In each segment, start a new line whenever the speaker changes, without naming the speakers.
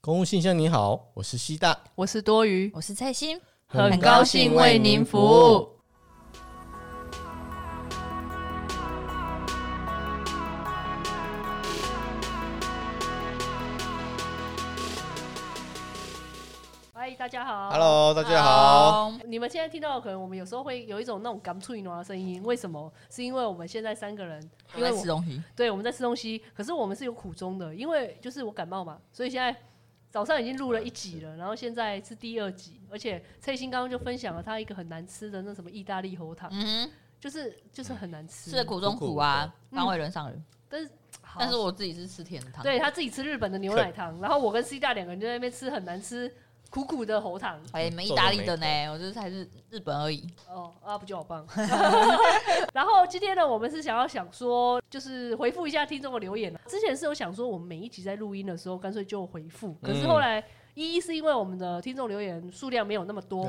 公务信箱，你好，我是西大，
我是多余，
我是蔡心。
很高兴为您服务。嗨，大家好。
Hello，大家好。
你们现在听到，可能我们有时候会有一种那种感脆暖的声音，为什么？是因为我们现在三个人，因
因
为
为嗯
我
吃东西，
对我们在吃东西，可是我们是有苦衷的，因为就是我感冒嘛，所以现在早上已经录了一集了，然后现在是第二集，而且蔡欣刚刚就分享了他一个很难吃的那什么意大利喉糖，
嗯
就是就是很难吃，
哼，吃的苦中苦啊，
苦
方为人上人。
但是好
但是我自己是吃甜的汤，
对他自己吃日本的牛奶糖，然后我跟 C 大两个人就在那边吃很难吃苦苦的喉糖，
哎，你们意大利的呢，我就是还是日本而 已。
哦啊不就好棒。 然后今天呢，我们是想要想说，就是回复一下听众的留言啊。之前是有想说，我们每一集在录音的时候干脆就回复，可是后来一一是因为我们的听众留言数量没有那么多，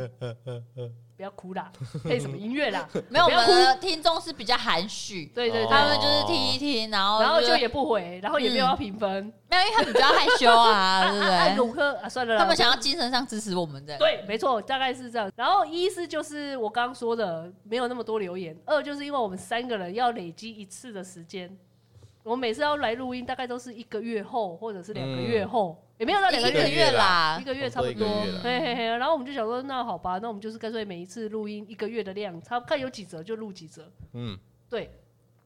不要哭啦， 配什么音乐啦？
没有，我
不要
们的听众是比较含蓄，
对对对，
他们哦就是听一听，然后
然后
觉
就
得
也不回，然后也没有要评分，
没有，因为他们比较害羞 啊，对
爱
不对？
鲁科啊，算了啦，
他们想要精神上支持我们的，
对，没错，大概是这样。然后一是就是我刚刚说的，没有那么多留言；二就是因为我们三个人要累积一次的时间，我们每次要来录音，大概都是一个月后或者是两个月后，也没有到两个
一
月，
个月啦
一，个月
嗯差
差不
不多
多
一个月啦。
嘿嘿嘿，然后我们就想说，那好吧，那我们就是干脆每一次录音一个月的量，差不多看有几折就录几折。
嗯，
对，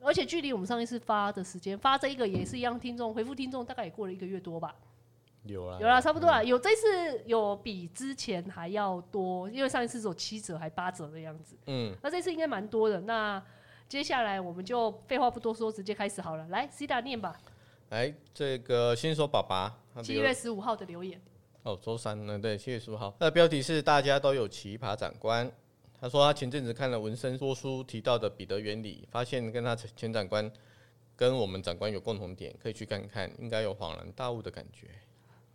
而且距离我们上一次发的时间，发这一个也是一样，听众回复听众大概也过了一个月多吧。
有啦，
有啦，差不多
嗯
啦。有这次有比之前还要多，因为上一次只有七折还八折的样子，
嗯。
那这次应该蛮多的。那接下来我们就废话不多说，直接开始好了。来，C 大念吧，
来，哎这个新手爸爸，他
七
留
月十五号的留言。
哦，周三呢，对，七月十五号。他的标题是“大家都有奇葩长官”。他说他前阵子看了文森说书提到的彼得原理，发现跟他前长官跟我们长官有共同点，可以去看看，应该有恍然大悟的感觉。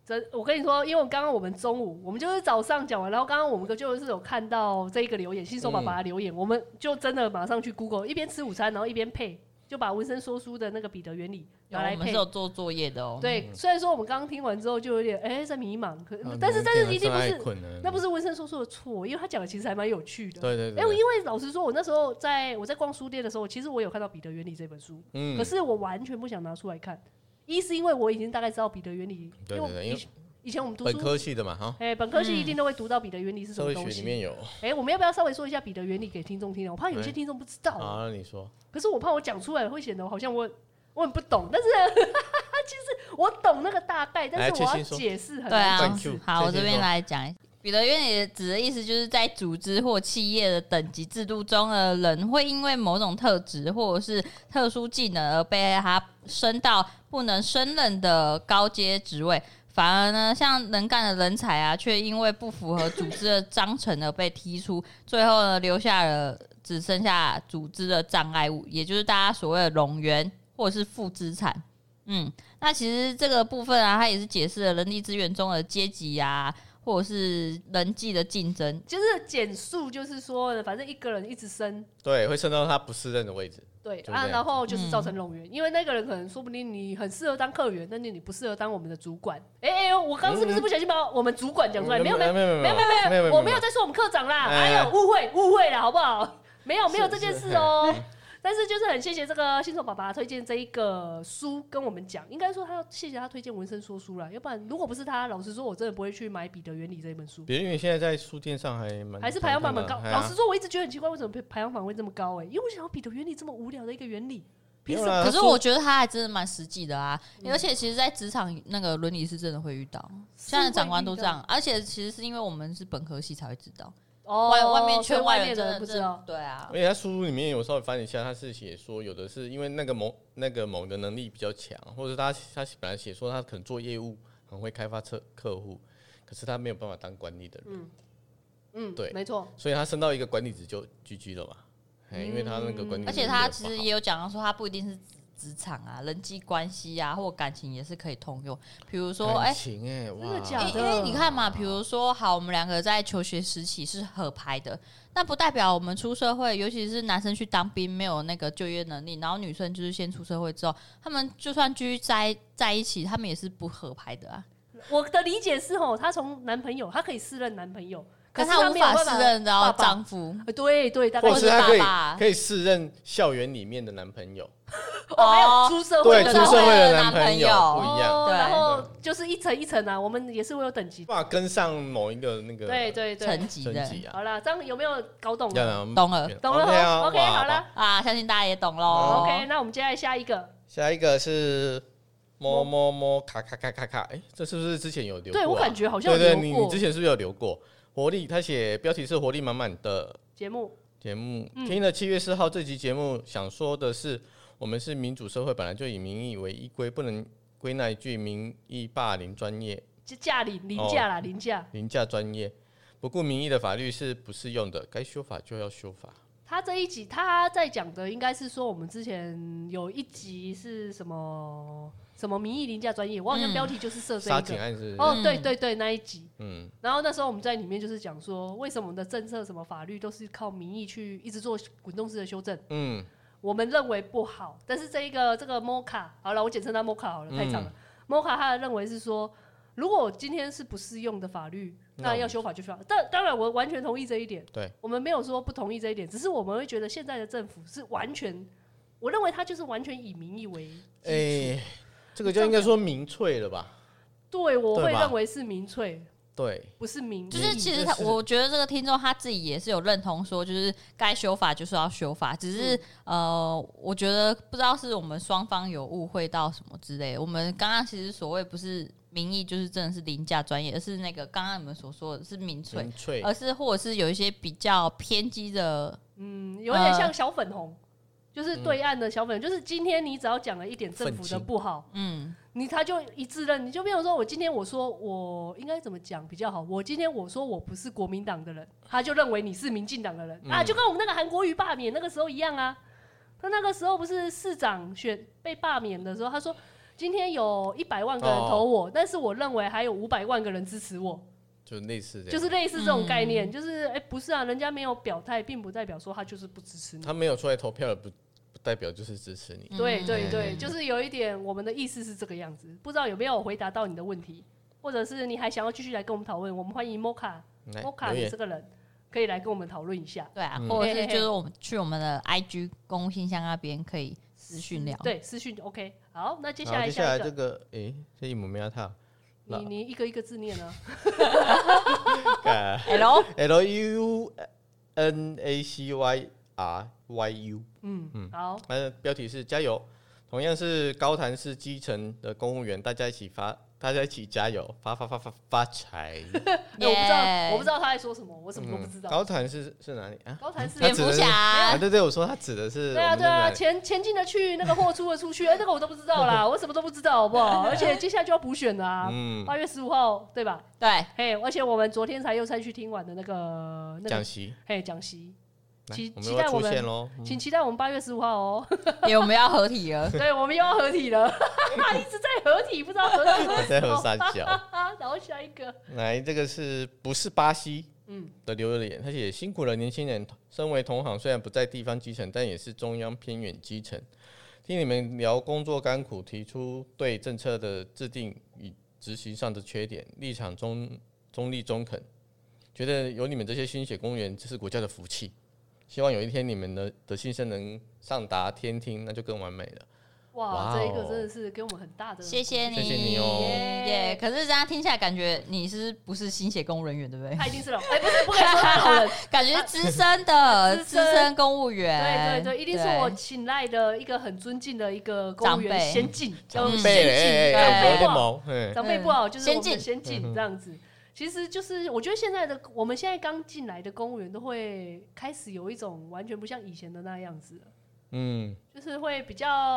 真，我跟你说，因为刚刚我们中午，我们就是早上讲完，然后刚刚我们就是有看到这一个留言，新手爸
嗯
爸的留言，我们就真的马上去 Google，一边吃午餐，然后一边配，就把文森说书的那个彼得原理
有
拿来
哦我们
配
是。有做作业的哦。
对，虽然说我们刚刚听完之后就有点哎、在迷茫，可
啊
嗯但是
你们真
但是
的
一定不
爱
是
困了
那不是温生说说的错，因为他讲的其实还蛮有趣的。
对对
哎、
对，
我因为老实说，我那时候在我在逛书店的时候，其实我有看到《彼得原理》这本书，
嗯
可，是我完全不想拿出来看。一是因为我已经大概知道《彼得原理》
对
因
对
为
对，
我
因
以
为
前以前我们读
本
书，
科系的嘛，哈，
哎、本科系一定都会读到《彼得原理》是什
社
么
会
东
学里
西。
面有
哎、我们要不要稍微说一下《彼得原理》给听众听啊？我怕有些
哎
听众不知道啊、
啊，你说，
可是我怕我讲出来会显得好像我我很不懂，但是 其实我懂那个大概，
来
但是
切
我要
心说
解释很
对
难
啊
换 Q，，
好，
谢谢
我这边
说
来讲一下。彼得原理指的意思就是在组织或企业的等级制度中的人，会因为某种特质或者是特殊技能而被他升到不能胜任的高阶职位，反而呢，像能干的人才啊，却因为不符合组织的章程而被踢出，最后呢，留下了只剩下组织的障碍物，也就是大家所谓的冗员或者是负资产。嗯，那其实这个部分啊，它也是解释了人力资源中的阶级啊，或者是人际的竞争。
就是减速，就是说，反正一个人一直升，
对，会升到他不适任的位置，
对
就这
啊，
样
然后就是造成冗
嗯
员，因为那个人可能说不定你很适合当客员，但是你不适合当我们的主管。哎、哎、我刚是不
嗯
是不小心把我们主管讲出来？没有没有
没有
没有
有
没
没
有，我没有在说我们科长啦，
哎
哎呦，误会误会了，好不好？没有没有
是
这件事
是哎
哦、但是就是很谢谢这个新手爸爸推荐这一个书跟我们讲，应该说他要谢谢他推荐文生说书啦，要不然如果不是他，老实说我真的不会去买《彼得原理》这一本书。
别人因为现在在书店上还蛮
还是排行榜蛮高。
哎呀
老实说，我一直觉得很奇怪，为什么排排行榜会这么高、哎，因为我想要彼得原理这么无聊的一个原理，凭什
没有
么？
啦
可是
呃说
我觉得它还真的蛮实际的啊，而且其实，在职场那个伦理是真的会遇到，现在的长官都这样，而且其实是因为我们是本科系才会知道，
哦，
外外面
圈
圈外
面
人真的
不知道。
对啊
而，且他书里面有稍微翻一下，他是写说有的是因为那个某那个某个能力比较强，或者他他本来写说他可能做业务很会开发客客户，可是他没有办法当管理的人，
嗯，
对
没错，
所以他升到一个管理职就 GG 了嘛，哎，因为他那个
嗯
管理能力比较不好，
而且他其实也有讲到说，他不一定是职职场啊，人际关系啊，或感情也是可以通用。比如说，哎
感、情哎、哇，
真的假
因因为你看嘛，比如说，好，我们两个在求学时期是合拍的，那不代表我们出社会，尤其是男生去当兵没有那个就业能力，然后女生就是先出社会之后，他们就算继续在在一起，他们也是不合拍的啊。
我的理解是吼，她从男朋友，她可以私认男朋友，可
可
是
他
她
无
没有
法
办
私
法
认
爸
到
爸
丈夫
呃对对，大概
或
者
是
是他可
爸爸
以可以适任校园里面的男朋友，
哦，还有出社会
对，
的
出
出
社
社
会
会
的
的
男
男
朋
朋
友
友
不一样，
哦
对
然后就是一层一层啊，我们也是会有等级
无。法跟上某一个那个
对对对
层，级
层
的
级啊。
好了，这样有没有搞懂
要
了？
然我们
懂了
懂了哦
OK 啊
吼，OK，
哇
好了
啊，相信大家也懂
哦
喽。
，OK，那我们接下来下一个。
下一个是摸摸摸卡卡卡卡卡，哎、这是不是之前有留过、啊？
对我感觉好像有
对对，
留
你
过
你之前是不是有留过？活力，他写标题是活力满满的
节目，
节目。
嗯
听了七月四号这集节目，想说的是，我们是民主社会，本来就以民意为依归，不能归纳一句民意霸凌专业
就价凌
哦
凌驾啦，凌驾。
凌驾专业。不顾民意的法律是不适用的，该修法就要修法。
他这一集他在讲的应该是说，我们之前有一集是什么什么民意凌驾专业，我好像
嗯
标题就是设这
杀
一
警
个。
案是，
哦，
嗯
对对对，那一集。
嗯，
然后那时候我们在里面就是讲说，为什么我们的政策、什么法律都是靠民意去一直做滚动式的修正，
嗯，
我们认为不好。但是这一个这个 Moca，好了，我简称他 Moca 好了，太长了。Moca
嗯
他的认为是说，如果今天是不适用的法律，
那我
那
们
要修法就修法。但当然，我完全同意这一点。
嗯对，
我们没有说不同意这一点，只是我们会觉得现在的政府是完全，我认为他就是完全以民意为
哎、
基础。
这个就应该说民粹了吧？
对，我会
对吧
认为是民粹，
对，
不是民意。
就是其实他，
就是
我觉得这个听众他自己也是有认同说，就是该修法就是要修法，只是、
嗯
呃，我觉得不知道是我们双方有误会到什么之类的。我们刚刚其实所谓不是民意，就是真的是凌驾专业，而是那个刚刚你们所说的是民粹
民，粹
呃
而是或者是有一些比较偏激的，
嗯，有点
呃
像小粉红，就是
嗯
对岸的小粉红，就是今天你只要讲了一点政
愤
府的
青
不好，
嗯，
你他就一致认，你就没有说我今天我说我应该怎么讲比较好，我今天我说我不是国民党的人，他就认为你是民进党的人、啊，
嗯
就跟我们那个韩国瑜罢免那个时候一样啊。他那个时候不是市长选被罢免的时候，他说今天有一百万个人投
哦
我，但是我认为还有五百万个人支持我。
就类似这样，
就是类似这种概
嗯
念，就是哎、不是啊，人家没有表态，并不代表说他就是不支持你。
他没有出来投票的不不代表就是支持你。
对对
嗯
对，就是有一点，我们的意思是这个样子，不知道有没有回答到你的问题，或者是你还想要继续来跟我们讨论，我们欢迎 Moka
来
Moka
留
你
言
这个人可以来跟我们讨论一下，
对啊，
嗯
或者
嘿嘿
是
嘿
就是我们去我们的 IG 公共信箱那边可以私讯聊，
对，私讯 OK。好，那接下
好
来
接下
下
来
一
这
个，
个，诶，这一模没 他
你你一个一个字念 啊，
，Hello，
呃 L U N A C Y R Y U，
嗯，好，
它的标题是加油。同样是高谈市基层的公务员，大家一起发，大家一起加油，发发发发发财。
哎我不知道
Yeah
我不知道他在说什么，我什么都不知
嗯，
道。
高谈是是哪里啊？
高谈是
他
蝙
指
蝠
的是
侠
啊，，对对，我说他指的是
对
我
啊，
们
对
的哪
啊，
里
钱钱进得去，那个货出得 出去，哎、那个我都不知道啦，我什么都不知道，好不好？而且接下来就要补选了啊，
嗯，
八月十五号，对吧？
对，
嘿，而且我们昨天才又才去听完的那个那
讲
个
席，
嘿讲习，
来
期
我
期
们
待
要
我
出
们
现喽。嗯
请期待我们八月十五号哦。
因为我们要合体了，
对，我们又要合体了， 一直在合体，不知道合到什么时候
在和三角。
然后下一个，
来，这个是不是巴西？
嗯
嗯，的留言，他写辛苦了年轻人，身为同行，虽然不在地方基层，但也是中央偏远基层。听你们聊工作甘苦，提出对政策的制定与执行上的缺点，立场中中立中肯，觉得有你们这些新血公务员，这是国家的福气。希望有一天你们的的心声能上达天听，那就更完美了。哇
哇，
哦
这一个真的是给我们很大的，
谢谢你，
谢谢你哦
耶、可是这样听起来，感觉你是不是新血公务人员，对不对？
他一定是老，哎，不是不可以说他老 人，
感觉是资深的
资
资
深
深公务
对
员，
对对，一定是我请来的一个很尊敬的一个公务员
长辈
先进，叫
长
先
辈，
进，
哎哎
长
哎，
辈
有点
话
毛，哎，
长辈不好，就是我
先
们
进
先进这样子。其实就是我觉得现在的我们现在刚进来的公务员都会开始有一种完全不像以前的那样子了，
嗯，
就是会比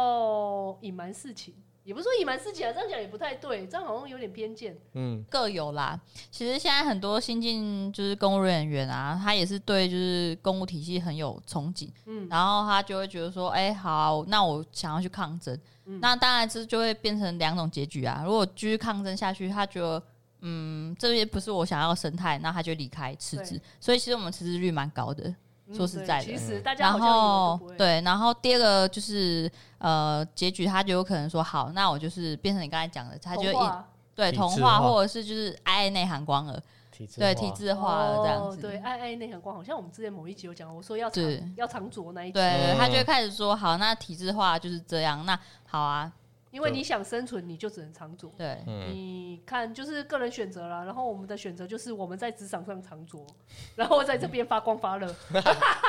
较隐瞒事情，也不是说隐瞒事情啊，这样讲也不太对，这样好像有点偏见。
嗯，
各有啦。其实现在很多新进就是公务人员啊，他也是对就是公务体系很有憧憬，
嗯
然后他就会觉得说，哎、好啊、那我想要去抗争，
嗯
那当然这就会变成两种结局啊。如果继续抗争下去，他觉得。嗯，这些不是我想要的生态，那他就离开辞职
对，
所以其实我们辞职率蛮高的。
嗯
说实
对
在的
其实大家好
然
像以为都
后
不会。
对，然后第二个就是呃，结局他就有可能说好，那我就是变成你刚才讲的，他
童
就一
话啊
对
体
同
制
化
化
或者是就是爱内涵光儿，
体制
对
化
体制化了这样
哦
子。
对，爱爱内涵光，好像我们之前某一集有讲，我说要长
对
要长着那一集，
对，他就会
嗯
开始说，好，那体制化就是这样，那好啊，
因为
对
你想生存，你就只能长着。
对，
嗯，
你看，就是个人选择啦。然后我们的选择就是我们在职场上长着， 然后在这边发光 发热。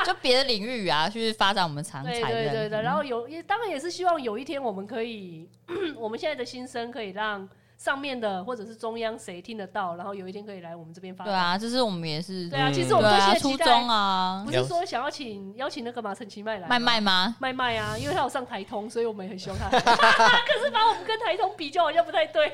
就别的领域啊，去发展我们长才
对
这样
对对对，
子
然后有也当然也是希望有一天我们可以， 我们现在的心声可以让上面的或者是中央谁听得到，然后有一天可以来我们这边发
对
展。
啊，这是我们也是
对啊，
嗯
其实我
对
们这
啊，
些期
初
待
中啊
不，是说想要请邀请那个嘛陈其迈来
卖
吗
卖吗？
麦麦啊，因为他有上台通，所以我们也很凶 他。可是把我们跟台通比较好像不太对。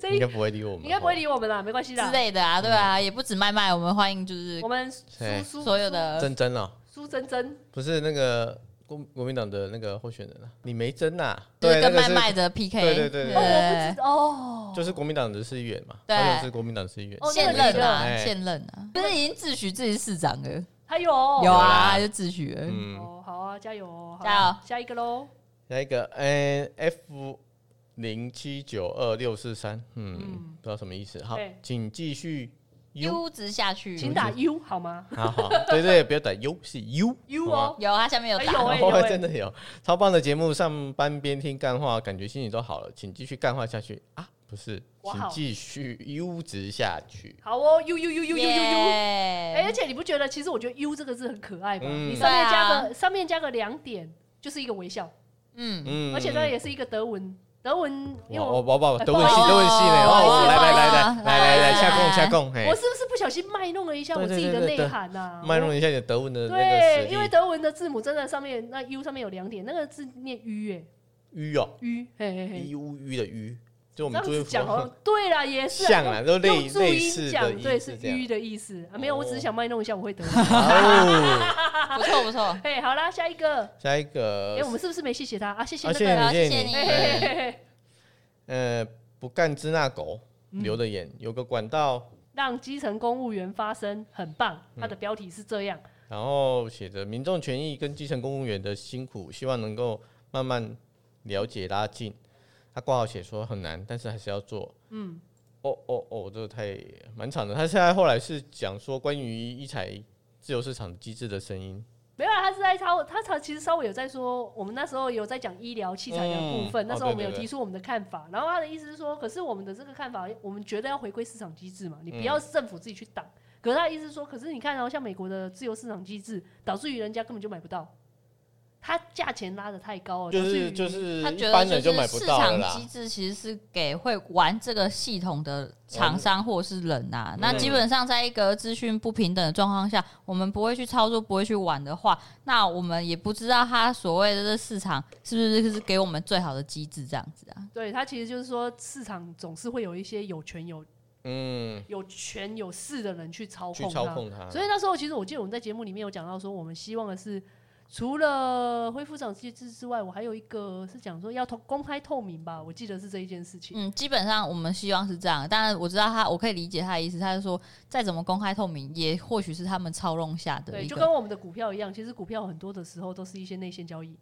这
应
一
该不会理我们，哦
应该不会理我们啦，没关系
之
啦。
类的啊，对啊，也不止卖卖，我们欢迎就是
我们
谁
苏苏
所有的
真真啊，
苏珍珍，
不是那个国国民党的那个候选人啊，李梅珍呐，
就是
对，那
跟
个
卖
是
卖的 PK，
对对对
哦，我不知哦，
就是国民党的市议员嘛，
对
他也是国民党市议员，
啊哦
现
那个
任啊，
哎
现任啊，不是已经自诩自己是市长了，
他有
有
有
啊，
啦
他就自诩了。
嗯，
哦，好啊，加油哦，好啊
加
下
油，
一个喽。
下一个，嗯，F 零七九二六四三，
嗯
嗯，不知道什么意思，好
对，
请继续 U，
U 值下去，
请打 U 好吗
好好， 对对，不要打 U，是 U。
？U
好
哦，
有，他下面有
哎
打
有哎
哦
有哎
真的有超棒的节目，上班边听干话，感觉心情都好了，请继续干话下去啊！不是，
哇哦
请继续优质下去。
好哦，U U U U U U U。哎，而
耶，
且你不觉得，其实我觉得 U 这个字很可爱吗？
嗯
你上面加
啊
个上面加个两点，就是一个微笑，
嗯，
嗯
而且它也是一个德文，德文，因为
哇，哦
我
我宝宝
哎
德文系
不好
德文系呢，
意思
哦，哇
不
来
好
来
意
来
思不好意
来
思
来来来，下
来
供下供，嘿
哎我，是不是不小心卖弄了一下我
哎对对
自己的
对对
内
对
涵呐？
卖弄一下你德文的那
对，因
个
为
实
德文的字母真的上面那 U 上面有两点，那个字念 U 哎
力，淤哦，
U 嘿嘿嘿，
一乌淤的淤，就我
这
们
样
注意
子讲好
符
像对啦，也是啊
像啦，都类
用注
类
音
似的
讲，对，
意
是
思这样
迂。的意思啊。没有，我只是
哦
想卖弄一下，我 会得。
好，哦
不错不错，
嘿，好啦，下一个。
下一
哎，
个
我，们是不是没谢谢他啊？谢谢
啊，
那
谢
个
谢
啊
你，谢
谢谢
谢
你
你，
嘿嘿
哎
嘿嘿，
呃，不干支那狗留的言，有个管道。
让基层公务员发声，很棒。它
嗯
的标题是这样，
然后写着民众权益跟基层公务员的辛苦，希望能够慢慢了解拉近。他挂号写说很难，但是还是要做。嗯，哦哦哦，这个太蛮长的。他现在后来是讲说关于一彩自由市场机制的声音。
没有啊啦，他是在他他他其实稍微有在说，我们那时候有在讲医疗器材的部分，
嗯
那时候我
哦
们
对
有
对
提出我们的看法，然后他的意思是说，可是我们的这个看法，我们觉得要回归市场机制嘛，你不要政府自己去挡。
嗯
可是他的意思是说，可是你看哦，像美国的自由市场机制，导致于人家根本就买不到，他价钱拉的太高了，
就
导致于
是就是
哦他觉
一般
得
人就买
是
不
市
到了
场
啦
机。制其实是给会玩这个系统的厂商或是人
嗯
啊。
嗯
那基本上在一个资讯不平等的状况下，我们不会去操作，不会去玩的话，那我们也不知道他所谓的这市场是不是是给我们最好的机制这样子啊。
对他其实就是说，市场总是会有一些有权有
嗯，
有权有势的人去操
去
控
操
它。
控它。
所以那时候，其实我记得我们在节目里面有讲到说，我们希望的是除了恢复长机制之外，我还有一个是讲说要透公开透明吧，我记得是这一件事情。
嗯，基本上我们希望是这样，当然我知道他，我可以理解他的意思，他是说再怎么公开透明，也或许是他们操弄下的
对，
一
就
个。
跟我们的股票一样，其实股票很多的时候都是一些内线交易。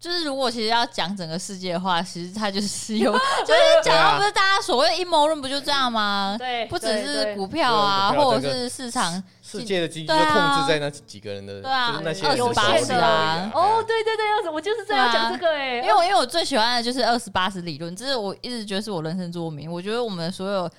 就是如果其实要讲整个世界的话，其实它就是有，就是讲
啊
到不是大家所谓的阴谋论不就这样吗？
对，
嗯不只
对
是
对
股票啊，
对股票
或者是市场，
世界的机制就
对啊
控制在那几个人的，
对啊
就是那些
有
人手
限
里
的
而已
啊
哦，，对对对，要是我就是这样
对啊
讲这个哎、
因为我因为我最喜欢的就是二十八十理论，这是我一直觉得是我人生座右铭。我觉得我们所有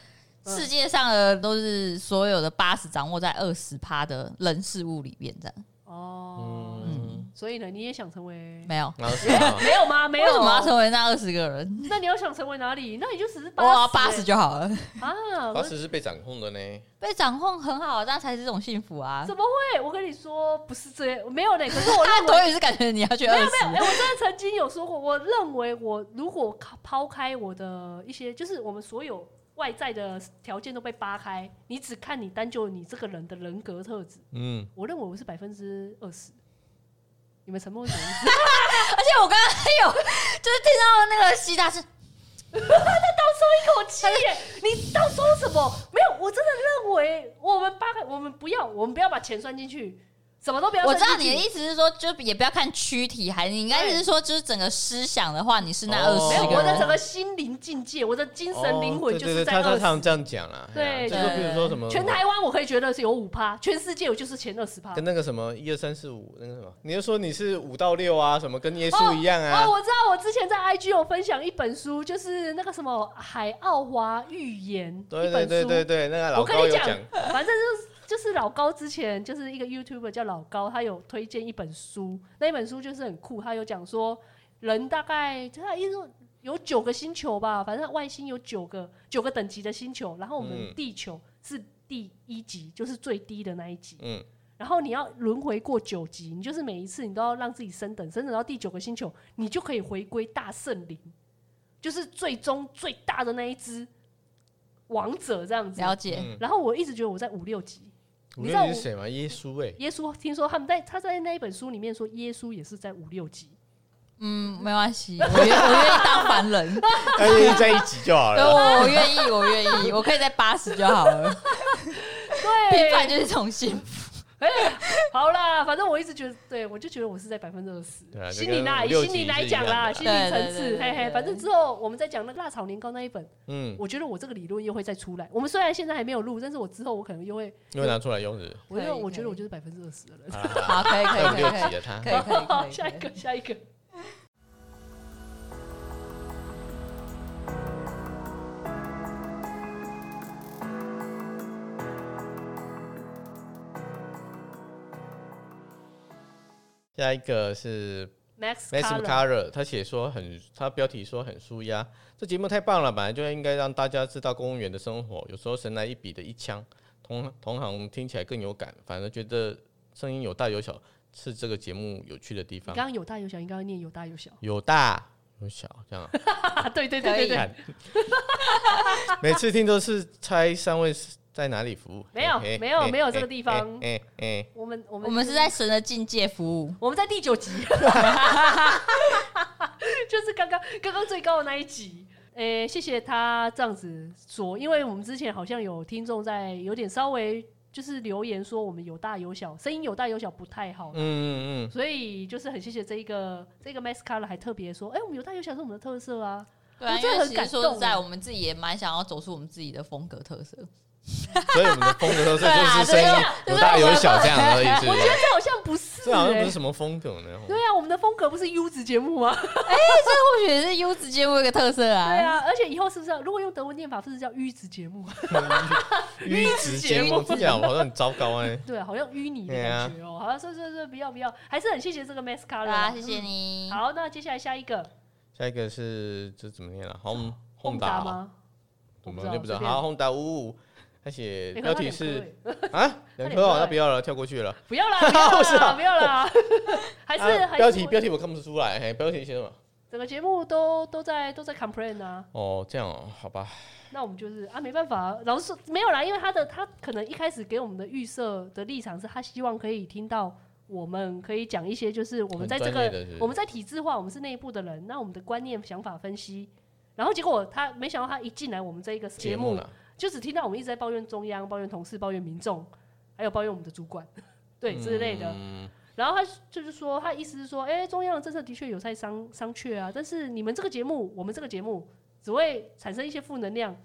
嗯
世界上的都是所有的八十掌握在二十趴的人事物里面，这样
哦，
嗯，
所以呢，你也想成为？
没有。
然后是 啊
没有吗？没有哦
为什么要成为那二十个人？
那你要想成为哪里？那你就只是
我要
八
八十就好了，
啊！
当
我
时是被掌控的呢。
被掌控很好，这样才是一种幸福啊！
怎么会？我跟你说，不是这样，没有呢。可是我
那
认为，
多余是感觉你要去
没
二
有
十，
没有，哎、我真的曾经有说过，我认为我如果抛开我的一些，就是我们所有外在的条件都被扒开，你只看你单就你这个人的人格特质，
嗯，
我认为我是百分之二十。你们沉默是什么意思？
而且我刚刚有就是听到那个西大是
口气耶！你到说什么？没有，我真的认为我们八个，我们不要，我们不要把钱算进去。什么都不要
我
算
知
进去。
道你的意思是说，就也不要看躯体，还你应该
对
是说，就是整个思想的话，你是那
哦
二
没有
十个
我的
人
整个心灵境界，我的精神灵魂
哦
就
对对对
是在
他他
二
常
十。
这样讲啦，啊
对
就是
对
比如说什么
全台湾我可以觉得是有五趴，全世界我就是前二十趴。
跟那个什么一二三四五那个什么，你就说你是五到六啊，什么跟耶稣
哦
一样啊
哦，，我知道，我之前在 IG 有分享一本书，就是那个什么《海奥华寓言》
对对对对
一本
对，那个
书。
老
我跟
高
你
有
讲
讲，，
反正就是就是老高之前就是一个 YouTuber 叫老高，他有推荐一本书，那一本书就是很酷，他有讲说人大概他一说有九个星球吧，反正外星有九个九个等级的星球，然后我
嗯
们地球是第一级，就是最低的那一级。
嗯，
然后你要轮回过九级，你就是每一次你都要让自己升等，升等到第九个星球，你就可以回归大圣灵，就是最终最大的那一只王者这样子。
了解，
嗯
然后我一直觉得我在五六级，
五
你
六
知道
你
我
是谁吗？耶稣 哎，
耶稣听说他们在他在那一本书里面说耶稣也是在五六级，
嗯，没关系，我愿我愿意当凡人，
但是在一集就好
对
了。
我我愿意，我愿意，我可以在八十就好了，平
对，
凡就是一种幸福，
好啦，反正我一直觉得，对我就觉得我是在百分之二十
对啊，就
心
跟
里那
56
心里
级
来
是一
讲
样
啦，
的
心理层
对对对
次，嘿
对
嘿，反正之后我们再讲那个辣炒年糕那一本。
嗯，
我觉得我这个理论又会再出嗯来。我们虽然现在还没有录，但是我之后我可能又会，
又拿出来用是
我就
可以
我觉
可以
得我就是百分之二十的人
不。是，好啦好啦
好，可
在五
以可以可以
六
可以
集。的他，
可以可以可 以，
下一个，下一个。
下一个是
Max
Max
Color，
Cara，他写说很，他标题说很舒压，这节目太棒了，本来就应该让大家知道公务员的生活，有时候神来一笔的一枪，同同行听起来更有感，反而觉得声音有大有小是这个节目有趣的地
你
方
刚，刚有大有小，你刚刚念有大有小
有大有小这 样啊，
啊！对对对对
可以
对，
看，每次听都是猜三位是在哪里服务，
没有
嘿嘿
没有
嘿
没有这
嘿
个地方
嘿嘿
我们我们
我们是在神的境界服务，
我们在第九集， 就是刚刚刚刚最高的那一集。诶、谢谢他这样子说，因为我们之前好像有听众在有点稍微就是留言说我们有大有小，声音有大有小不太好，
嗯嗯 嗯，
所以就是很谢谢这一个这个 mascara 还特别说，哎、我们有大有小是我们的特色啊，
对啊，
我
因
真的
为
很
其实
感
说实
动
在，
欸
我们自己也蛮想要走出我们自己的风格特 色，
所以我们的风格都是
对啊
就是声
对
音
啊
有大有小这样而已，是
我
不是
觉得？这好像不是、
这好像不
欸，
是什么风格呢。
对啊，我们的风格不是优质节目吗？
哎或许是优质节目一个特色啊，
对啊，而且以后是不是要如果用德文念法，是不是叫迂子节目？
迂直节目这样好像很糟糕哎。
对，好像淤泥的
啊
感觉哦、好像说说说不要不要，还是很谢谢这个 mascara，
好
啦、
啊啦，谢谢你。
嗯。好，那接下来下一个
下一个是这怎么念了？home
轰
home 达
打？吗？
我
我
们
不知道
就不知道。
随便
好，home 达五五，他写
欸
标题
可能
是
他两颗欸
啊，两
他
颗
两
哦
颗，
那不要了，跳过去了。
不 要啦，不要
不是啊
啦，不要啦， 还是、
啊
还是
标题标题我看不出来，嘿，标题写什么？
整个节目都都在都在 complain 啊。
哦，这样哦，好吧，
那我们就是啊，没办法，老师说没有啦，因为他的他可能一开始给我们的预设的立场是他希望可以听到我们可以讲一些，就是我们在这
很专业
个
的是
我们在体制化，我们是内部的人，那我们的观念、想法、分析。然后结果他没想到他一进来我们这一个节
节
目，
目了，
就只听到我们一直在抱怨中央、抱怨同事、抱怨民众，还有抱怨我们的主管， 对之类的。
嗯，
然后他就是说，他意思是说，哎、中央的政策的确有在商商榷啊，但是你们这个节目，我们这个节目只会产生一些负能量，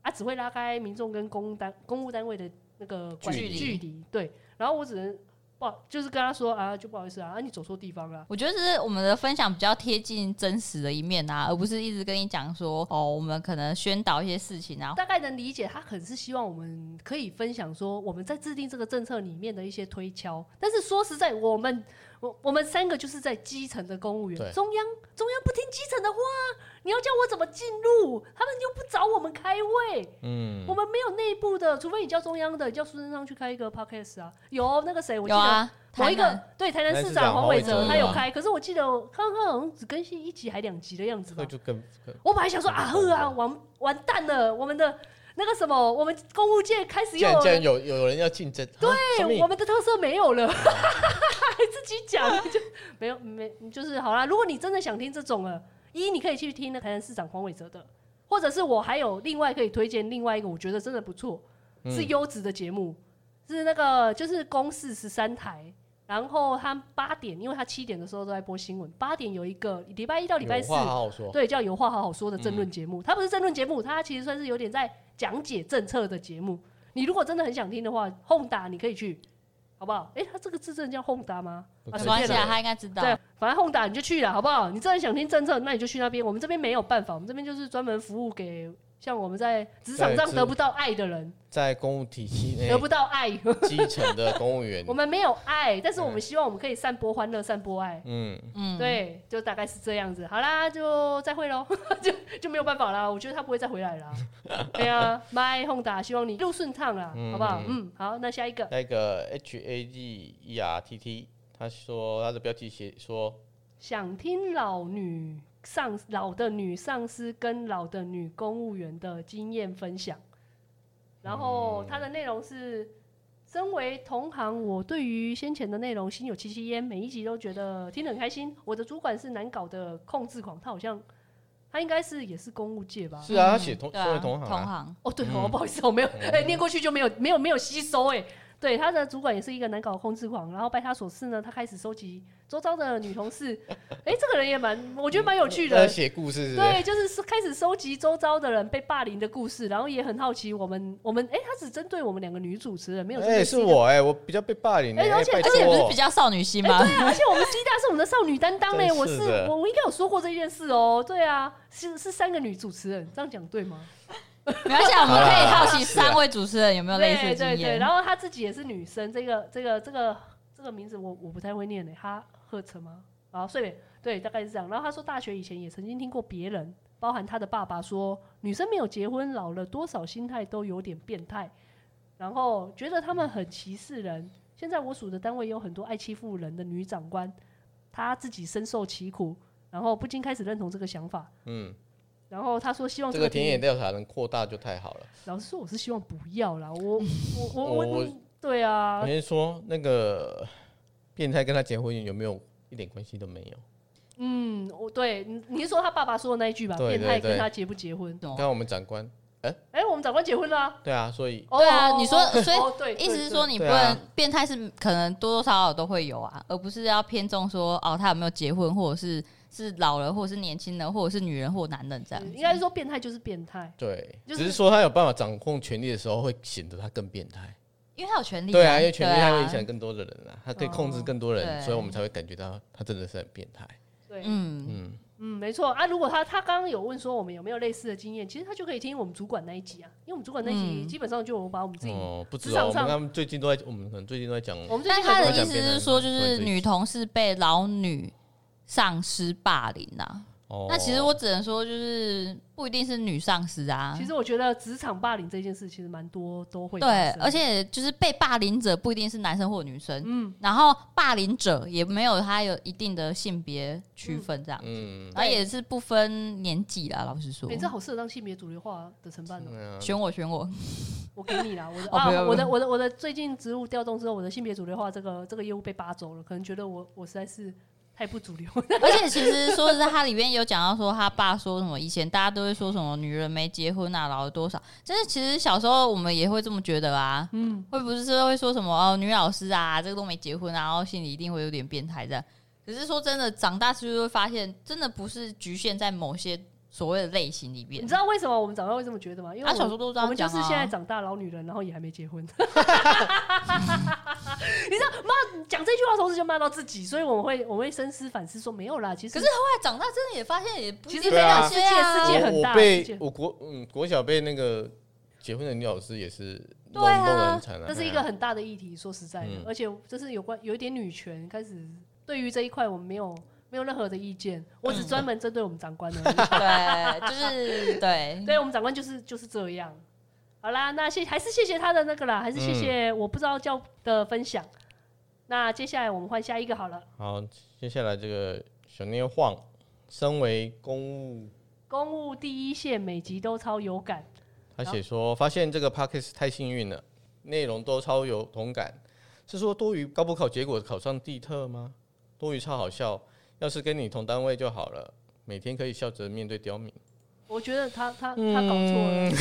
啊，只会拉开民众跟公务单公务单位的那个关
距离
距离。对，然后我只能不好，就是跟他说啊，就不好意思啊，啊你走错地方了、
我觉得这是我们的分享比较贴近真实的一面啊，而不是一直跟你讲说哦，我们可能宣导一些事情啊，
大概能理解，他可能是希望我们可以分享说我们在制定这个政策里面的一些推敲。但是说实在，我们我我们三个就是在基层的公务员
对，
中央中央不听基层的话，你要叫我怎么进入？他们又不找我们开会，
嗯
我，们没有内部的，除非你叫中央的，你叫苏贞昌去开一个 podcast 啊。有那个谁，我记
有
得、
啊，
某一
台南
个对台南
台南
市
市长
长
黄
黄
伟
伟
哲
哲他有
啊
开，可是我记得我看他好像只更新一集还两集的样子
这
吧
个。就跟跟
我本来想说啊呵啊，完完蛋了，我们的那个什么，我们公务界开始
竟
又
然
有
竟然
人
有有人要竞争，对
我们的特色没有了， 自己讲就没有没就是好啦。如果你真的想听这种了，一你可以去听那台南市长黄伟哲的，或者是我还有另外可以推荐另外一个，我觉得
嗯
真的不错，是优质的节目，是那个就是公视十三台。然后他八点，因为他七点的时候都在播新闻，八点有一个礼拜一到礼拜
有
四
话，好好说。
对，叫有话好好说的政论节目。它不是政论节目，它其实算是有点在讲解政策的节目。你如果真的很想听的话，轰达你可以去，好不好？诶，它这个字真的叫轰达吗？
不
啊
没
知
随
关
便
系
啦
啊，他应该知道。
对，反正轰打你就去了，好不好？你真的想听政策，那你就去那边。我们这边没有办法，我们这边就是专门服务给像我们在职场上
对
得不到爱的人，
在公务体系内
得不到爱。
基层的公务员
我，们没有爱，但是我们
嗯
希望我们可以散播欢乐，散播爱。
嗯，
嗯，，
对，就大概是这样子。好啦，就再会喽， 就就没有办法啦。我觉得他不会再回来 啦。对啊，麦轰打，希望你路顺畅啦，好不好？嗯，好，那下一个
那个 H A D E R T T，他说他的标题写说
想听老女上老的女上司跟老的女公务员的经验分享，然后它的内容是。身为同行，我对于先前的内容心有戚戚焉，每一集都觉得听得很开心。我的主管是难搞的控制狂，他好像他应该是也是公务界吧？
是啊，他写同
对啊
身为同行
同
啊，
行，
哦，对哦，不好意思，我没有，哎、念过去就没有，没有，没有吸收、哎，对，他的主管也是一个难搞的控制狂，然后拜他所赐呢，他开始收集周遭的女同事，哎、这个人也蛮，我觉得蛮有趣
他
的
在，写故嗯事是不是
对，就是是开始收集周遭的人被霸凌的故事，然后也很好奇我们，我们，哎、他只针对我们两个女主持人，没有针
哎、
对
是
C 大，
我哎、我比较被霸凌、欸，
哎而且
拜
而且不
托
是比较少女心吗？
哎、 对啊，而且我们 C 大是我们的少女担当嘞、
真
我
是
是
的
我我应该有说过这件事哦、对啊，是是三个女主持人，这样讲对吗？
没关系啊，我们可以好奇
是啊
三位主持人有没有类似的
对
经
对对，
验
然。后她自己也是女生，这个这个这个这个名字我我不太会念嘞，哈赫特吗？啊，睡美，对，大概是这样。然后她说，大学以前也曾经听过别人，包含她的爸爸说，女生没有结婚老了多少心态都有点变态，然后觉得他们很歧视人。现在我属的单位有很多爱欺负人的女长官，她自己深受其苦，然后不禁开始认同这个想法。
嗯，
然后她说，希望
这
这
个
个
田
田
野
野
调查能扩大就太好了。
老实说，我是希望不要啦。 我我我
我
我，
我
对啊
我，先说那个变态跟他结婚有没有一点关系都没有？
嗯，我对你你是说他爸爸说的那一句吧？
对
变态
对对
跟他结不结婚？
你看我们长官，
哎、我们长官结婚啦、
对啊，所以
哦
对啊
哦
你说
哦
所以
哦对，
意思
对
是说，，你不
对啊
能变态是可能多多少少都会有啊，而不是要偏重说哦他有没有结婚，或者是是老了，或者是年轻人，或者是女人或男人这
对
样
对
子。
嗯应该是说变态就是变态。
对，
就是
只是说他有办法掌控权力的时候，会显得他更变态。
因为他有权利啊、
对啊，因为权力
对啊
他会影响更多的人啊，他可以控制更多人，
对
所以我们才会感觉到他真的是很变态。
对，嗯
嗯，
嗯，
没错啊。如果他他刚刚有问说我们有没有类似的经验，其实他就可以听我们主管那一集啊，因为我们主管那一集
嗯
基本上就我把我们自己，
哦，不
职
止
场
哦，我们
上
他们最近都在，我们可能最近都在讲，
我们最
但
近
他
很
的
多
意思是说，就是女同事被老女上司霸凌啊。
哦，
那其实我只能说，就是不一定是女上司啊。
其实我觉得职场霸凌这件事其实蛮多都会
对，
发生
而且就是被霸凌者不一定是男生或女生，
嗯，
然后霸凌者也没有他有一定的性别区分这样，
嗯，
然后啊也是不分年纪啦。老实说
哎、，这好适合当性别主流化的承办哦、
嗯啊
选我 选我，
我给你啦，我的、
哦不要
啊，
不要
我的我的我的最近职务调动之后，我的性别主流化这个这个业务被拔走了，可能觉得我我实在是太不 主流了。
而且其实说实在，他里面有讲到说他爸说什么，以前大家都会说什么女人没结婚啊，老了多少。但是其实小时候我们也会这么觉得啊，嗯，会不是会说什么哦女老师啊，这个都没结婚啊，然后心里一定会有点变态这样。可是说真的，长大之后会发现，真的不是局限在某些所谓的类型里
你
边
知。道为什么我们长大会这么觉得吗？因为
他
我们、
啊小时候都这
我
样
们就
讲
是现在
啊，
长大老女人，然后也还没结婚。你知 道骂讲这句话的同时就骂到自己，所以我们会我们会深思反思说没有啦，其实
可是后来长大真的也发现，也不
其
是
实
这样啊
世界 世界
我
很大
我被
世界
我国嗯国小被那个结婚的女老师也是弄
对啊
弄得很惨啊，
这是一个很大的议题，说实在的，
嗯
而且这是有关有一点女权开始对于这一块我们没有没有任何的意见，我
嗯
只专门针对我们长官而已。
对，就是对，
对我们长官就是就是这样。好啦，那谢还是谢谢他的那个啦，还是谢谢我不知道叫的分享。那接下来我们换下一个好了，
好，接下来这个小妞晃，身为公务，
公务第一线每集都超有感，
他写说发现这个 p a c k a s 太幸运了，内容都超有同感。是说多于高补考结果考上地特吗？多于超好笑，要是跟你同单位就好了，每天可以笑着面对刁民。
我觉得他他他搞错了。
嗯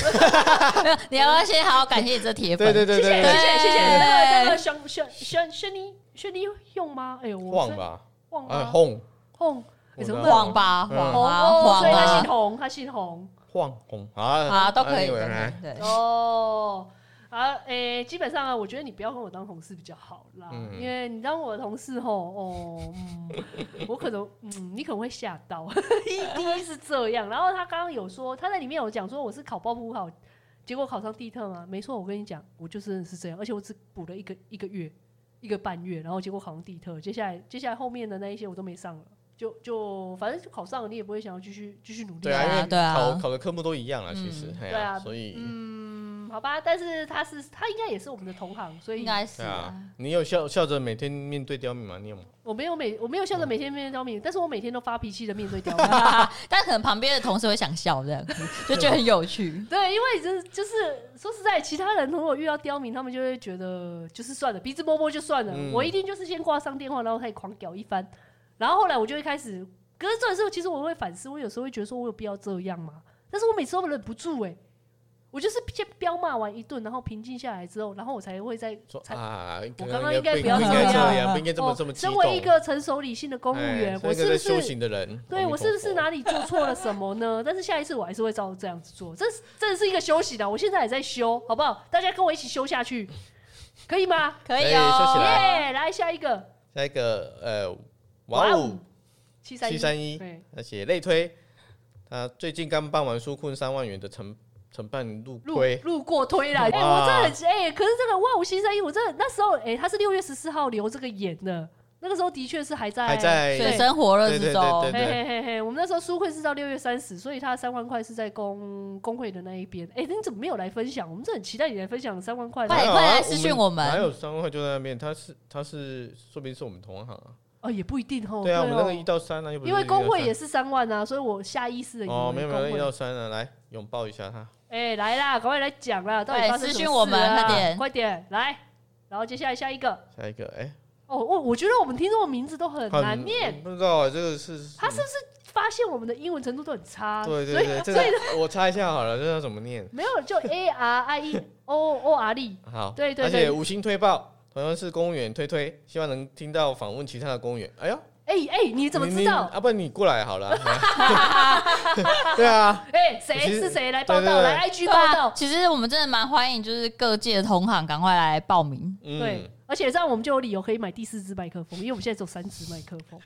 你要不要先好好感谢你这铁粉？
对对对
谢谢谢
对，
谢谢谢
对
那个那个轩轩轩轩妮轩妮用吗？哎呦，我
晃
真
吧，
忘
哎
了
轰
晃，哎怎么
我
办
的
晃吧，
嗯
晃啊，
哦，
晃
所以他
啊
姓，洪，他姓洪
晃轰啊
啊，都可以
anyway，
的
哎。
对，
哦。啊，诶、基本上啊，我觉得你不要跟我当同事比较好啦，
嗯
因为你当我的同事吼，哦， 嗯我可能，嗯，你可能会吓到， 一第一是这样，然后他刚刚有说，他在里面有讲说我是考报不好，结果考上地特嘛，没错，我跟你讲，我就真的是这样，而且我只补了一个一个月，一个半月，然后结果考上地特，接下来接下来后面的那一些我都没上了，就就反正就考上了，你也不会想要继续继续努力，
对啊，因为
对啊
考考的科目都一样啊，其实
嗯
哎
对啊
呀，所以
嗯，好吧，但是他是他应该也是我们的同行，所以
应该是
对
啊
啊，，你有笑笑着每天面对刁民吗？你有吗？
我没有每我没有笑着每天面对刁民，但是我每天都发脾气的面对刁 民。
但可能旁边的同事会想笑，这样子 就觉得很有趣。
对，因为就是就是说实在，其他人如果遇到刁民，他们就会觉得就是算了，鼻子摸摸就算了。
嗯
我一定就是先挂上电话，然后开始狂屌一番，然后后来我就会开始。可是这种时候，其实我会反思，我有时候会觉得说我有必要这样吗？但是我每次都忍不住哎、我就是先彪骂完一顿，然后平静下来之后，然后我才会再
说
才
啊，
我
可能
刚刚应该
不
不要
不应
这
该这
样
样，不应该这么
哦
这么激
身
动。
为一个成熟理性的公务
哎
员，
身为
我
一个
是
在
不
修
是
行的人，
对我是不是哪里做错了什么呢？但是下一次我还是会照这样子做，这是这是一个休息的，我现在也在修，好不好？大家跟我一起修下去，可以吗？
可
可
以
以休息
耶、
对啦，
哦
来下一个，
下一个呃，哇
哇
哦
哦，七三
七
一，
三一，
对，
他写类推，他最近刚帮完纾困三万元的承承办路
路
推，
路过推啦，哎、
哇
我真的很哎、可是这个哇，我七三一，我真的那时候哎、他是六月十四号留这个眼的，那个时候的确是还在
还在
水
哎
深火热
对
之
对对，
中
嘿嘿嘿嘿，我们那时候纾困是到六月三十，所以他三万块是在工工会的那一边。哎、你怎么没有来分享？我们是很期待你来分享三万块的。
快
哪有啊
快来私讯我们
哪有三万块就在那边？他是他是，说明是我们同行啊。
哦，也不一定哦。
对啊，我们那个一
哦
到三啊，又不是
因为工会也
是
是三万啊，所以我下意识的
一
以
到三哦，没
为
有
工
没有一
会。
到三啊，来拥抱一下他。
哎、来啦，赶快来讲啦，到底
对
发生
私
什
讯
么
我
事
们
啊
快点
快点来。然后接下来下一个，
下一个，哎，
哦，我我觉得我们听众的名字都很
很
难念，
不知道啊，这个是
他是不是发现我们的英文程度都很差？
对
所
对
以
对，这个我猜一下好了，这要怎么念？
没有就 A R I E O O R E。
好，
对对
而
对
且五星推报，同样是公务员推推，希望能听到访问其他的公务员。哎呦，
哎哎，你怎么知道？
啊，不然你过来好 了。 对啊，
哎，谁
其实
是谁来报
对对
道？
对
来 IG
对
报
啊
道，。
其实我们真的蛮欢迎，就是各界的同行赶快来报名。
对
嗯，，
而且这样我们就有理由可以买第四支麦克风，因为我们现在只有三支麦克 风，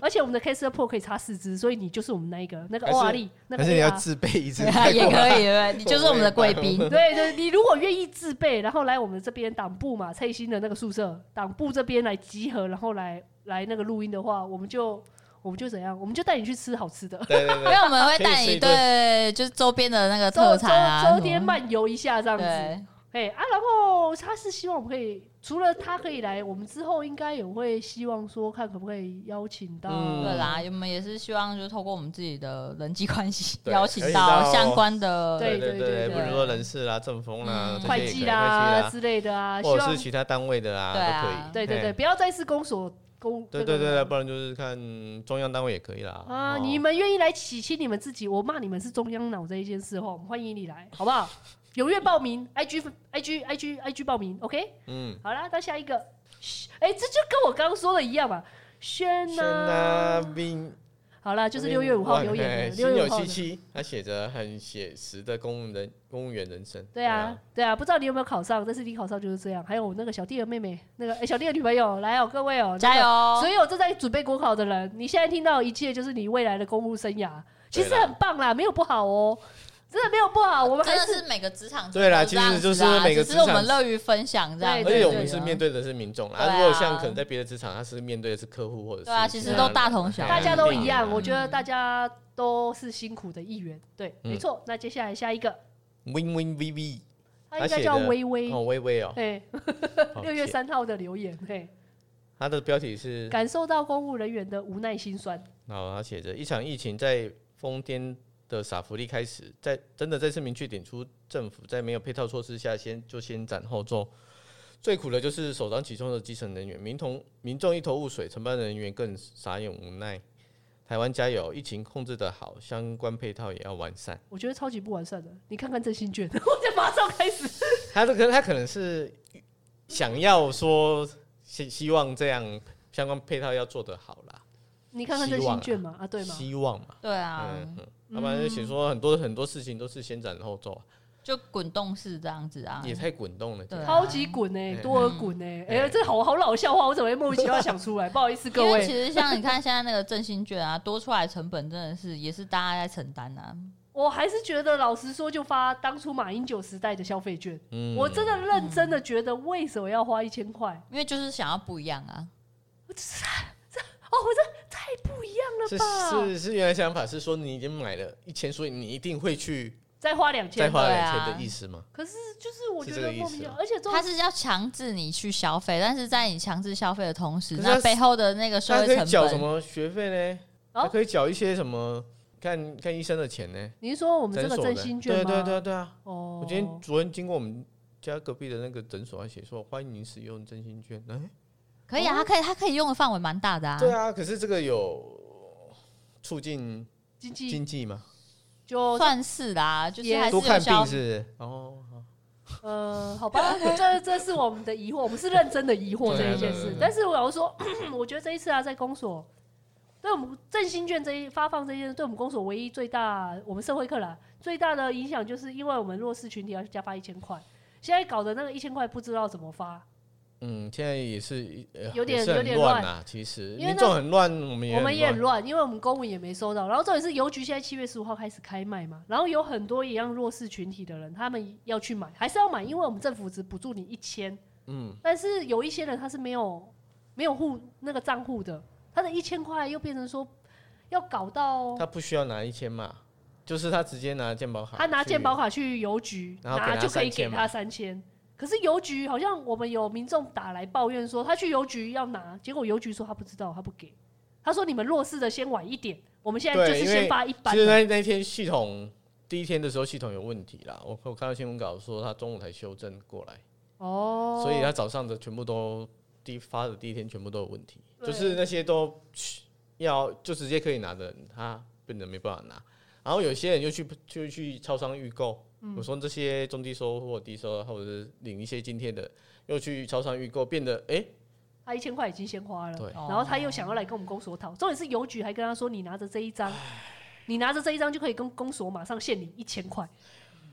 而且我们的 Caster Pro 可以插四支，所以你就是我们那一个那个
还是
欧瓦利那个
还是你要
AR
自备一支
也 可
再
以，
过
对不
来。
对你就是我们的贵宾。
对对，你如果愿意自备，然后来我们这边党部嘛，蔡新的那个宿舍党部这边来集合，然后来来那个录音的话，我们就我们就怎样，我们就带你去吃好 吃的，
对 对
因为
对，
我们会带你对，就是周边的那个特
周
产
嗯
啊，
周周边漫游一下这样
什么
子。哎
对，
啊，然后他是希望我们可以，除了他可以来，我们之后应该也会希望说，看可不可以邀请到。
嗯
对啦，我们也是希望就是透过我们自己的人际关系，
对
邀请
邀请
到
到
相关的
对
对
对对
不如说人事啦、政风啦
嗯、
这些
会
也可以
计
会
啦
计
之类的啊，希
或者是
望
其他单位的
对
啦，
啊
都可以。
对对对，
嘿
不要再是公所公
对对对对，不然就是看中央单位也可以啦。
啊！
哦
你们愿意来洗清你们自己，我骂你们是中央脑这一件事哈，我们欢迎你来，好不好？踊跃报名，IG IG IG IG 报名，OK？
嗯，
好啦，到下一个，嘘哎，这就跟我刚刚说的一样嘛，轩
轩啊
呐，
宾
好啦，就是六月五号留言的，
心
六月
有
五号
戚
的。
戚，他写着很写实的公务人公务员人生。
对啊，，对啊，不知道你有没有考上，但是你考上就是这样。还有我那个小弟的妹妹，那个、诶哎小弟的女朋友，来哦，各位哦，
加！油
所！有正在准备国考的人，你现在听到一切就是你未来的公务生涯，其实
对啦
很棒啦，没有不好哦，真的没有不好，我们还
真的
是
是每个职场
对啦
都这样子
其
啊
实就是每个职
只
场
是我们乐于分享这样
对
而
子，
对
且我
对
们是面对的是民众
对
啦。
啊
如果像可能在别的职场，他是面对的是客户或者是
对啊其实
其他
都
人
大同小异
大家都一样，
嗯
我觉得大家都是辛苦的一员，对，
嗯
没错。那接下来下一个，
Win Win V V，
他应该叫
他写的
微微，
嗯哦，微微哦，
对，
好
六月
写
三号的留言，对，
他的标题是，
感受到公务人员的无奈心酸，
然后他写着一场疫情在疯癫的傻福利开始，在真的再次明确点出政府在没有配套措施下，先就先斩后奏。最苦的就是首当其冲的基层人员，民同民众一头雾水，承办人员更傻眼无奈。台湾加油，疫情控制的好，相关配套也要完善。
我觉得超级不完善的。你看看振兴券， 我就马上开始。
他这可他可能是想要说希希望这样相关配套要做得好啦，
你看看振兴券嘛，啊对吗？
希望嘛，
对啊，
嗯，嗯要不然就写说很多很多事情都是先斩后奏啊，
就滚动式这样子啊，
也太滚动了。
对啊
超级滚哎、
嗯
多尔滚哎、哎、
嗯
这好好老笑话，我怎么会莫名其妙 想出来？不好意思各
因为其
位，
实像你看现在那个振兴券啊，多出来的成本真的是也是大家在承担啊。
我还是觉得老实说，就发当初马英九时代的消费券，
嗯
我真的认真的觉得为什么要花一千块？
因为就是想要不一样啊，
哦，我这太不一样
是
了吧！
是是，原来想法是说你已经买了一千，所以你一定会去
再花两
再
千，
花
对
两
啊
千的意思吗？
可是就是我
是
觉
这个
得
意
莫名
思
其妙
啊，
而且重
它是要强制你去消费，但是在你强制消费的同时，
可是它
那背后的那个社
他
会
可以
成
缴什
本，
么学费呢？
哦
他可以缴一些什么看看医生的钱呢？
你是说我们这
诊
个
所
振
的，
兴券吗？
对对对对啊！
哦，
我今天昨天经过我们家隔壁的那个诊所，还写说欢迎使用振兴券。哎，
可以啊，它可以它可以用的范围蛮大的啊。
对啊，可是这个有促进
经济
经济吗？
就
算是啦，就是
也
还是
多
有
看
消
病是不是哦，好
呃，好吧，这这是我们的疑惑，我们是认真的疑惑这一
对对
件
啊
事
对。
但是我要说， 我觉得这一次啊，在公所对我们振兴券这一发放这件事，对我们公所唯一最大，我们社会课啦最大的影响，就是因为我们弱势群体要加发一千块，现在搞的那个一千块不知道怎么发，
嗯，现在也是呃
有点
也是很
有点
乱啊。其实
因为那
民众很乱，我们也
我们也
很
很乱，因为我们公文也没收到。然后重点是邮局现在七月十五号开始开卖嘛，然后有很多一样弱势群体的人，他们要去买，还是要买，因为我们政府只补助你一千，
嗯，
但是有一些人他是没有没有户那个账户的，他的一千块又变成说要搞到
他不需要拿一千嘛，就是他直接拿健保卡去，
他拿健保卡去邮局
然后给
拿
他
就可以
3000
给
嘛
他三千。可是邮局好像我们有民众打来抱怨说，他去邮局要拿，结果邮局说他不知道，他不给。他说你们弱势的先晚一点，我们现在就
对
是
因为
先发一般
其实
的。
那那天系统第一天的时候系统有问题啦，我我看到新闻稿说他中午才修正过来，
哦，
所以他早上的全部都第一发的第一天全部都有问题，
对
就是那些都要就直接可以拿的人，他变得没办法拿。然后有些人又去就去超商预购，
嗯
我说这些中低收入或低收入或者是领一些津贴的，又去超商预购，变得哎、
他一千块已经先花了，
对
哦
然后他又想要来跟我们公所讨，重点是邮局还跟他说，你拿着这一张，你拿着这一张就可以跟公所马上限你一千块，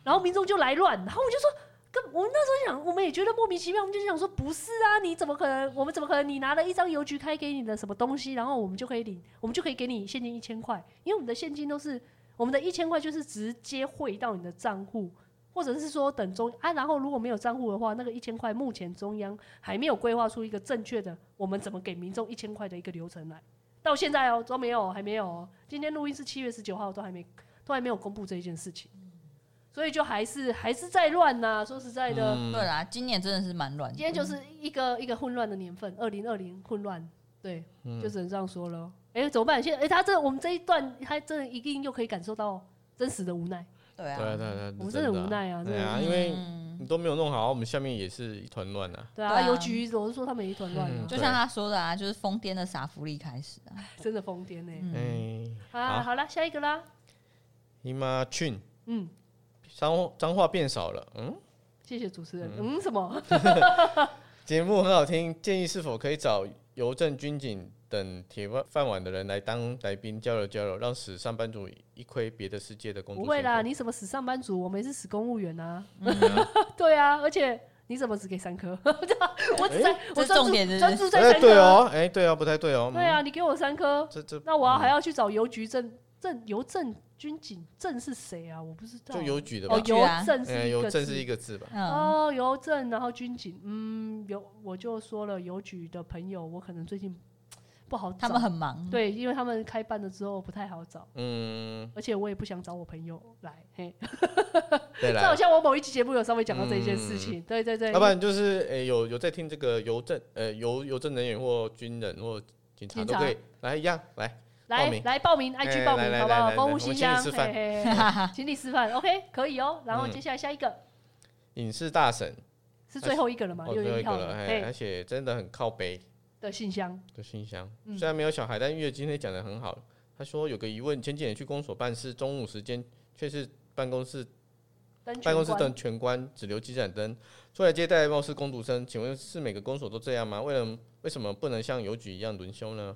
然后民众就来乱，然后我就说。跟我那时候想，我们也觉得莫名其妙，我们就想说，不是啊，你怎么可能？我们怎么可能？你拿了一张邮局开给你的什么东西，然后我们就可以领，我们就可以给你现金一千块，因为我们的现金都是我们的一千块就是直接汇到你的账户，或者是说等中啊，然后如果没有账户的话，那个一千块目前中央还没有规划出一个正确的我们怎么给民众一千块的一个流程来。到现在哦，都没有，还没有、哦。今天录音是七月十九号，都还没，都还没有公布这一件事情，所以就还是还是在乱呐、说实在的，
对啦，今年真的是蛮乱
今
的。
天就是一个一个混乱的年份，二零二零混乱，对，就只能这样说了哦。哎、怎么办？现在哎、他这我们这一段，他真的一定又可以感受到真实的无奈。
对
对
啊
啊，对啊对啊，
我们
真
真的
啊
无奈啊
对
真
啊，
的
因为你都没有弄好，我们下面也是一团乱啊。
对啊，
对啊
邮局我是说他们也一团乱啊
嗯，
就像他说的啊，就是疯癫的傻福利开始啊。
真的疯癫呢。
哎、
啊，
好
好了，下一个啦，
姨妈去
嗯，
脏脏话变少了，嗯。
谢谢主持人。嗯，什么？
节目很好听，建议是否可以找邮政、军警等铁饭饭碗的人来当来宾交流交流，让使上班族一窥别的世界的工作。嗯
不会啦，
你
你什么死上班族？我们也是死公务员啊。 对啊，而且你怎么只给三颗？ 我只在，我
这
专
重点
注
是
专注在
哎
三
对
颗。啊
哦，哎对哦，不太对哦。嗯
对，啊，你给我三颗，
这这
那我要还要去找邮局证证邮政军警证是谁啊？我不知道。
就邮局的吧
哦，？邮政
哎
是一
邮
个
政是
字
一个字吧？
啊嗯，
哦，邮政，然后军警，嗯，邮我就说了，邮局的朋友，我可能最近不好找，
他们很忙，
对，因为他们开办了之后不太好找，
嗯，
而且我也不想找我朋友来，嘿，
对
这
啦
好。像我某一期节目有稍微讲到这一件事情，对对对，
要不然就是哎有有在听这个邮政呃邮邮政人员或军人或警察
警
都
察
可以来一样来。
来
报名
来报名，IG
哎
报
来
名
来
好不好？
来来
公
来
务
我
信
请你
箱，
吃
嘿
饭
嘿嘿 请你吃饭，OK，可以哦。然后
嗯
接下来下一个
影视大神，
是最后一个了嘛？
哦，
六
最后
月
一
一
个
号
了，
了，
哎，
嘿
而且真的很靠北。
的信箱，
的信箱。
嗯
虽然没有小孩，但月今天讲的很好，他说有个疑问，前几年去公所办事，中午时间却是办公室
灯全
办公室
关
灯全关，只留几盏灯。出来接待貌似工读生，请问是每个公所都这样吗？为了为什么不能像邮局一样轮休呢？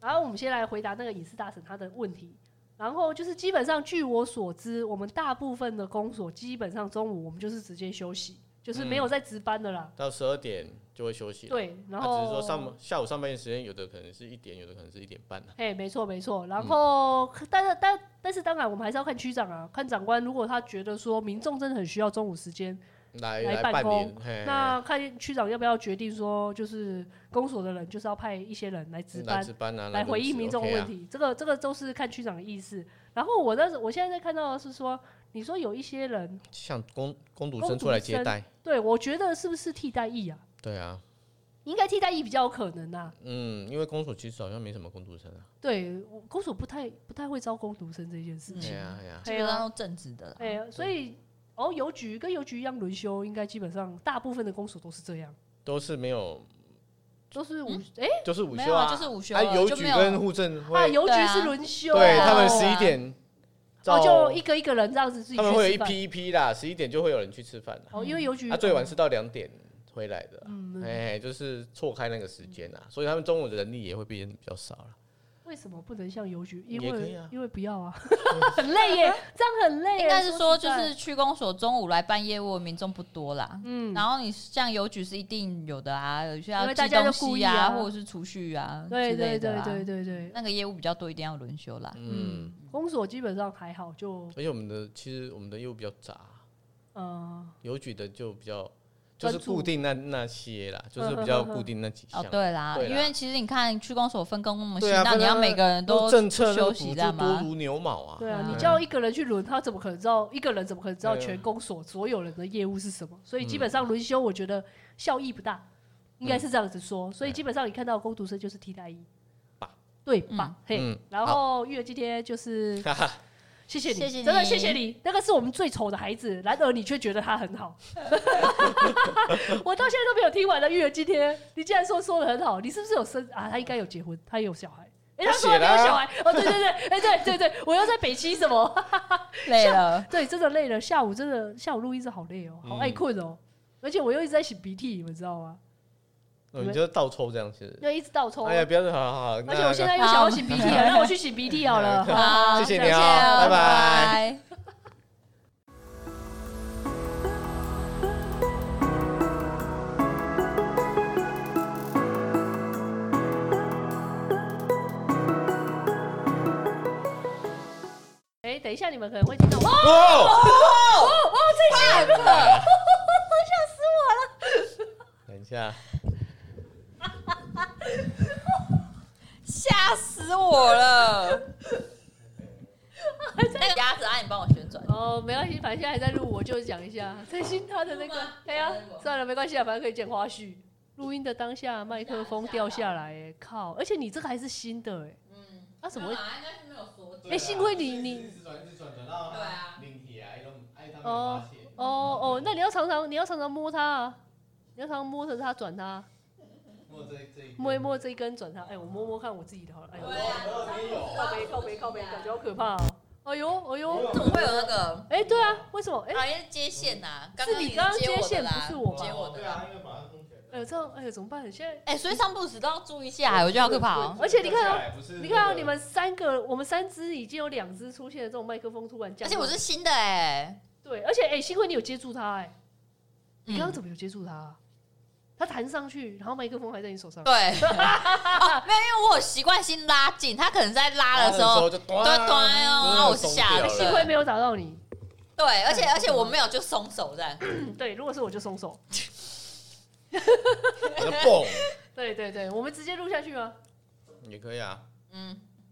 然后我们先来回答那个影视大神他的问题。然后就是基本上，据我所知，我们大部分的公所基本上中午我们就是直接休息，就是
嗯
没有在值班的啦。
到十二点就会休息了。
对，然
他
后
只是说上下午上班的时间，有的可能是一点，有的可能是一点半啊
哎嘿，没错没错。然后，可但是但但是当然，我们还是要看区长啊，看长官。如果他觉得说民众真的很需要中午时间，
来
来
办
办
理
公。
嘿
那看区长要不要决定说，就是公所的人就是要派一些人来值
来
班，
值班啊，
来回
轮值
应民众
OK 啊
问题。这个这个都是看区长的意思。然后我那时我现在在看到的是说，你说有一些人，
像工工读
工
生出
读
来接
生
待，
对我觉得是不是替代役啊？
对啊，
应该替代役比较有可能啊。
嗯，因为公所其实好像没什么工读生啊，
对，我公所不太不太会招工读生这件事
嗯
对
情。
啊，对啊，
基本上都正直的啦。
哎、所以哦，邮局跟邮局一样轮休，应该基本上大部分的公所都是这样，
都是没有，
都是午哎、
就是午
没
休
有啊，
啊，
就是午休
啊，
了
邮
就
局
没有
跟户政
啊，
会，
邮局
对啊
是轮休、
对他们
哦
十
啊
一点
哦，
照，
就一个一个人这样子自己
他
去
们会有一
吃饭。
批一批啦，十一点就会有人去吃饭啊，
哦，因为邮局
他最晚是到两点回来的啊，
嗯，
哎，就是错开那个时间啊，所以他们中午的人力也会变得比较少了，
为什么不能像邮局？因
也可以
为、
啊
因为不要 啊，很累耶，这样很累耶。
应该是说，
实
就
在
是区公所中午来办业务的民众不多啦。
嗯，
然后你像邮局是一定有的啊，有些
因
要
为
寄
大家
东
就故
西
意啊
或者是储蓄啊
对
之类
对
的
对
啦
对对对，
那个业务比较多，一定要轮休啦。
嗯，
公所基本上还好，就
而且我们的其实我们的业务比较杂，
呃，
邮局的就比较就是
专注
固定那那些啦，就是比较固定那几项啊
哦，。对啦，
对啦
因为其实你看区公所分工那么细，
对啊
那你
分
要
工
每个人都
政策那个
休
补
息
助
这样
多
吗？
如牛毛啊！
对啊，你
嗯
叫一个人去轮，他怎么可能知道？一个人怎么可能知道
对啊
全公所所有人的业务是什么？所以基本上轮休，我觉得效益不大，应该是这样子说。所以基本上你看到的工读生就是替代役
吧，
对吧？嘿
嗯，
然后月今天就是
哈哈，
谢谢
谢谢
你，
你
真的谢谢你。那个是我们最丑的孩子，然而你却觉得他很好。 我到现在都没有听完的育儿今天，你竟然说说的很好，你是不是有生啊？他应该有结婚，他也有小孩。哎、他说他没有小孩哦，对对对，哎、对对对，我又在北七什么？
累了，
对，真的累了，下午真的下午录音是好累哦，
嗯
好爱困哦，而且我又一直在擤鼻涕，你们知道吗？
哦 你就倒抽这样子。
又一直倒抽，啊
哎呀，哎不要好好好，
而
那
且我现在又想要擤鼻涕了，让我去擤 鼻涕好了。
哎
好
谢
好
谢
你哦
哦
拜拜
拜
哎、等一下，你们可能会听到哇
那个哦，
哦，这下吓死我了。
等一下，
吓死我了！那个鸭子啊，你帮我旋转。
哦，没关系，反正现在还在录，我就讲一下最新他的那个
录吗。
哎呀，算了，没关系啊，反正可以剪花絮。录音的当下，麦克风掉下来、哎靠！而且你这个还是新的、哎，
嗯，
那、怎么会？
应该是没有缩
啊
哎、幸亏你你，
转一直转转到
对啊
灵体啊，一种爱他
哦哦哦，那你要常常你要常常摸它啊，你要常常摸着它转它，
摸这这一
摸一摸这一根转它。哎、我摸摸看我自己的好了。哎呦，
对啊
靠背靠背靠背，感觉好可怕哦、哎呦哎呦，
怎么会有那个？
哎、对啊，为什么？哎、
好像是接线呐，
是你刚刚
接
接
我的
线
啦
不是我吧
接我的啦。
啊，因为把它封起来
哎呦这样哎呦怎么办？现在
哎，所以上不死都要注意一下，我觉得好可怕哦。
而且你看哦
哦，
你看到你们三个，我们三只已经有两只出现了这种麦克风突然
而
降落，
且我是新的哎，
对，而且哎、幸亏你有接住它哎、你刚刚
嗯
怎么有接住它、啊？它弹上去，然后麦克风还在你手上。
对，啊 哦没有，因为我有习惯性拉紧，他可能在拉的时候，
就
对
端
对哦，然后我是吓
掉
的
了，
幸亏没有打到你，
对，而且而且我没有就松手这样，
嗯对，如果是我就松手。
我就蹦，
对对对，我们直接录下去吗？
也可以啊，
嗯，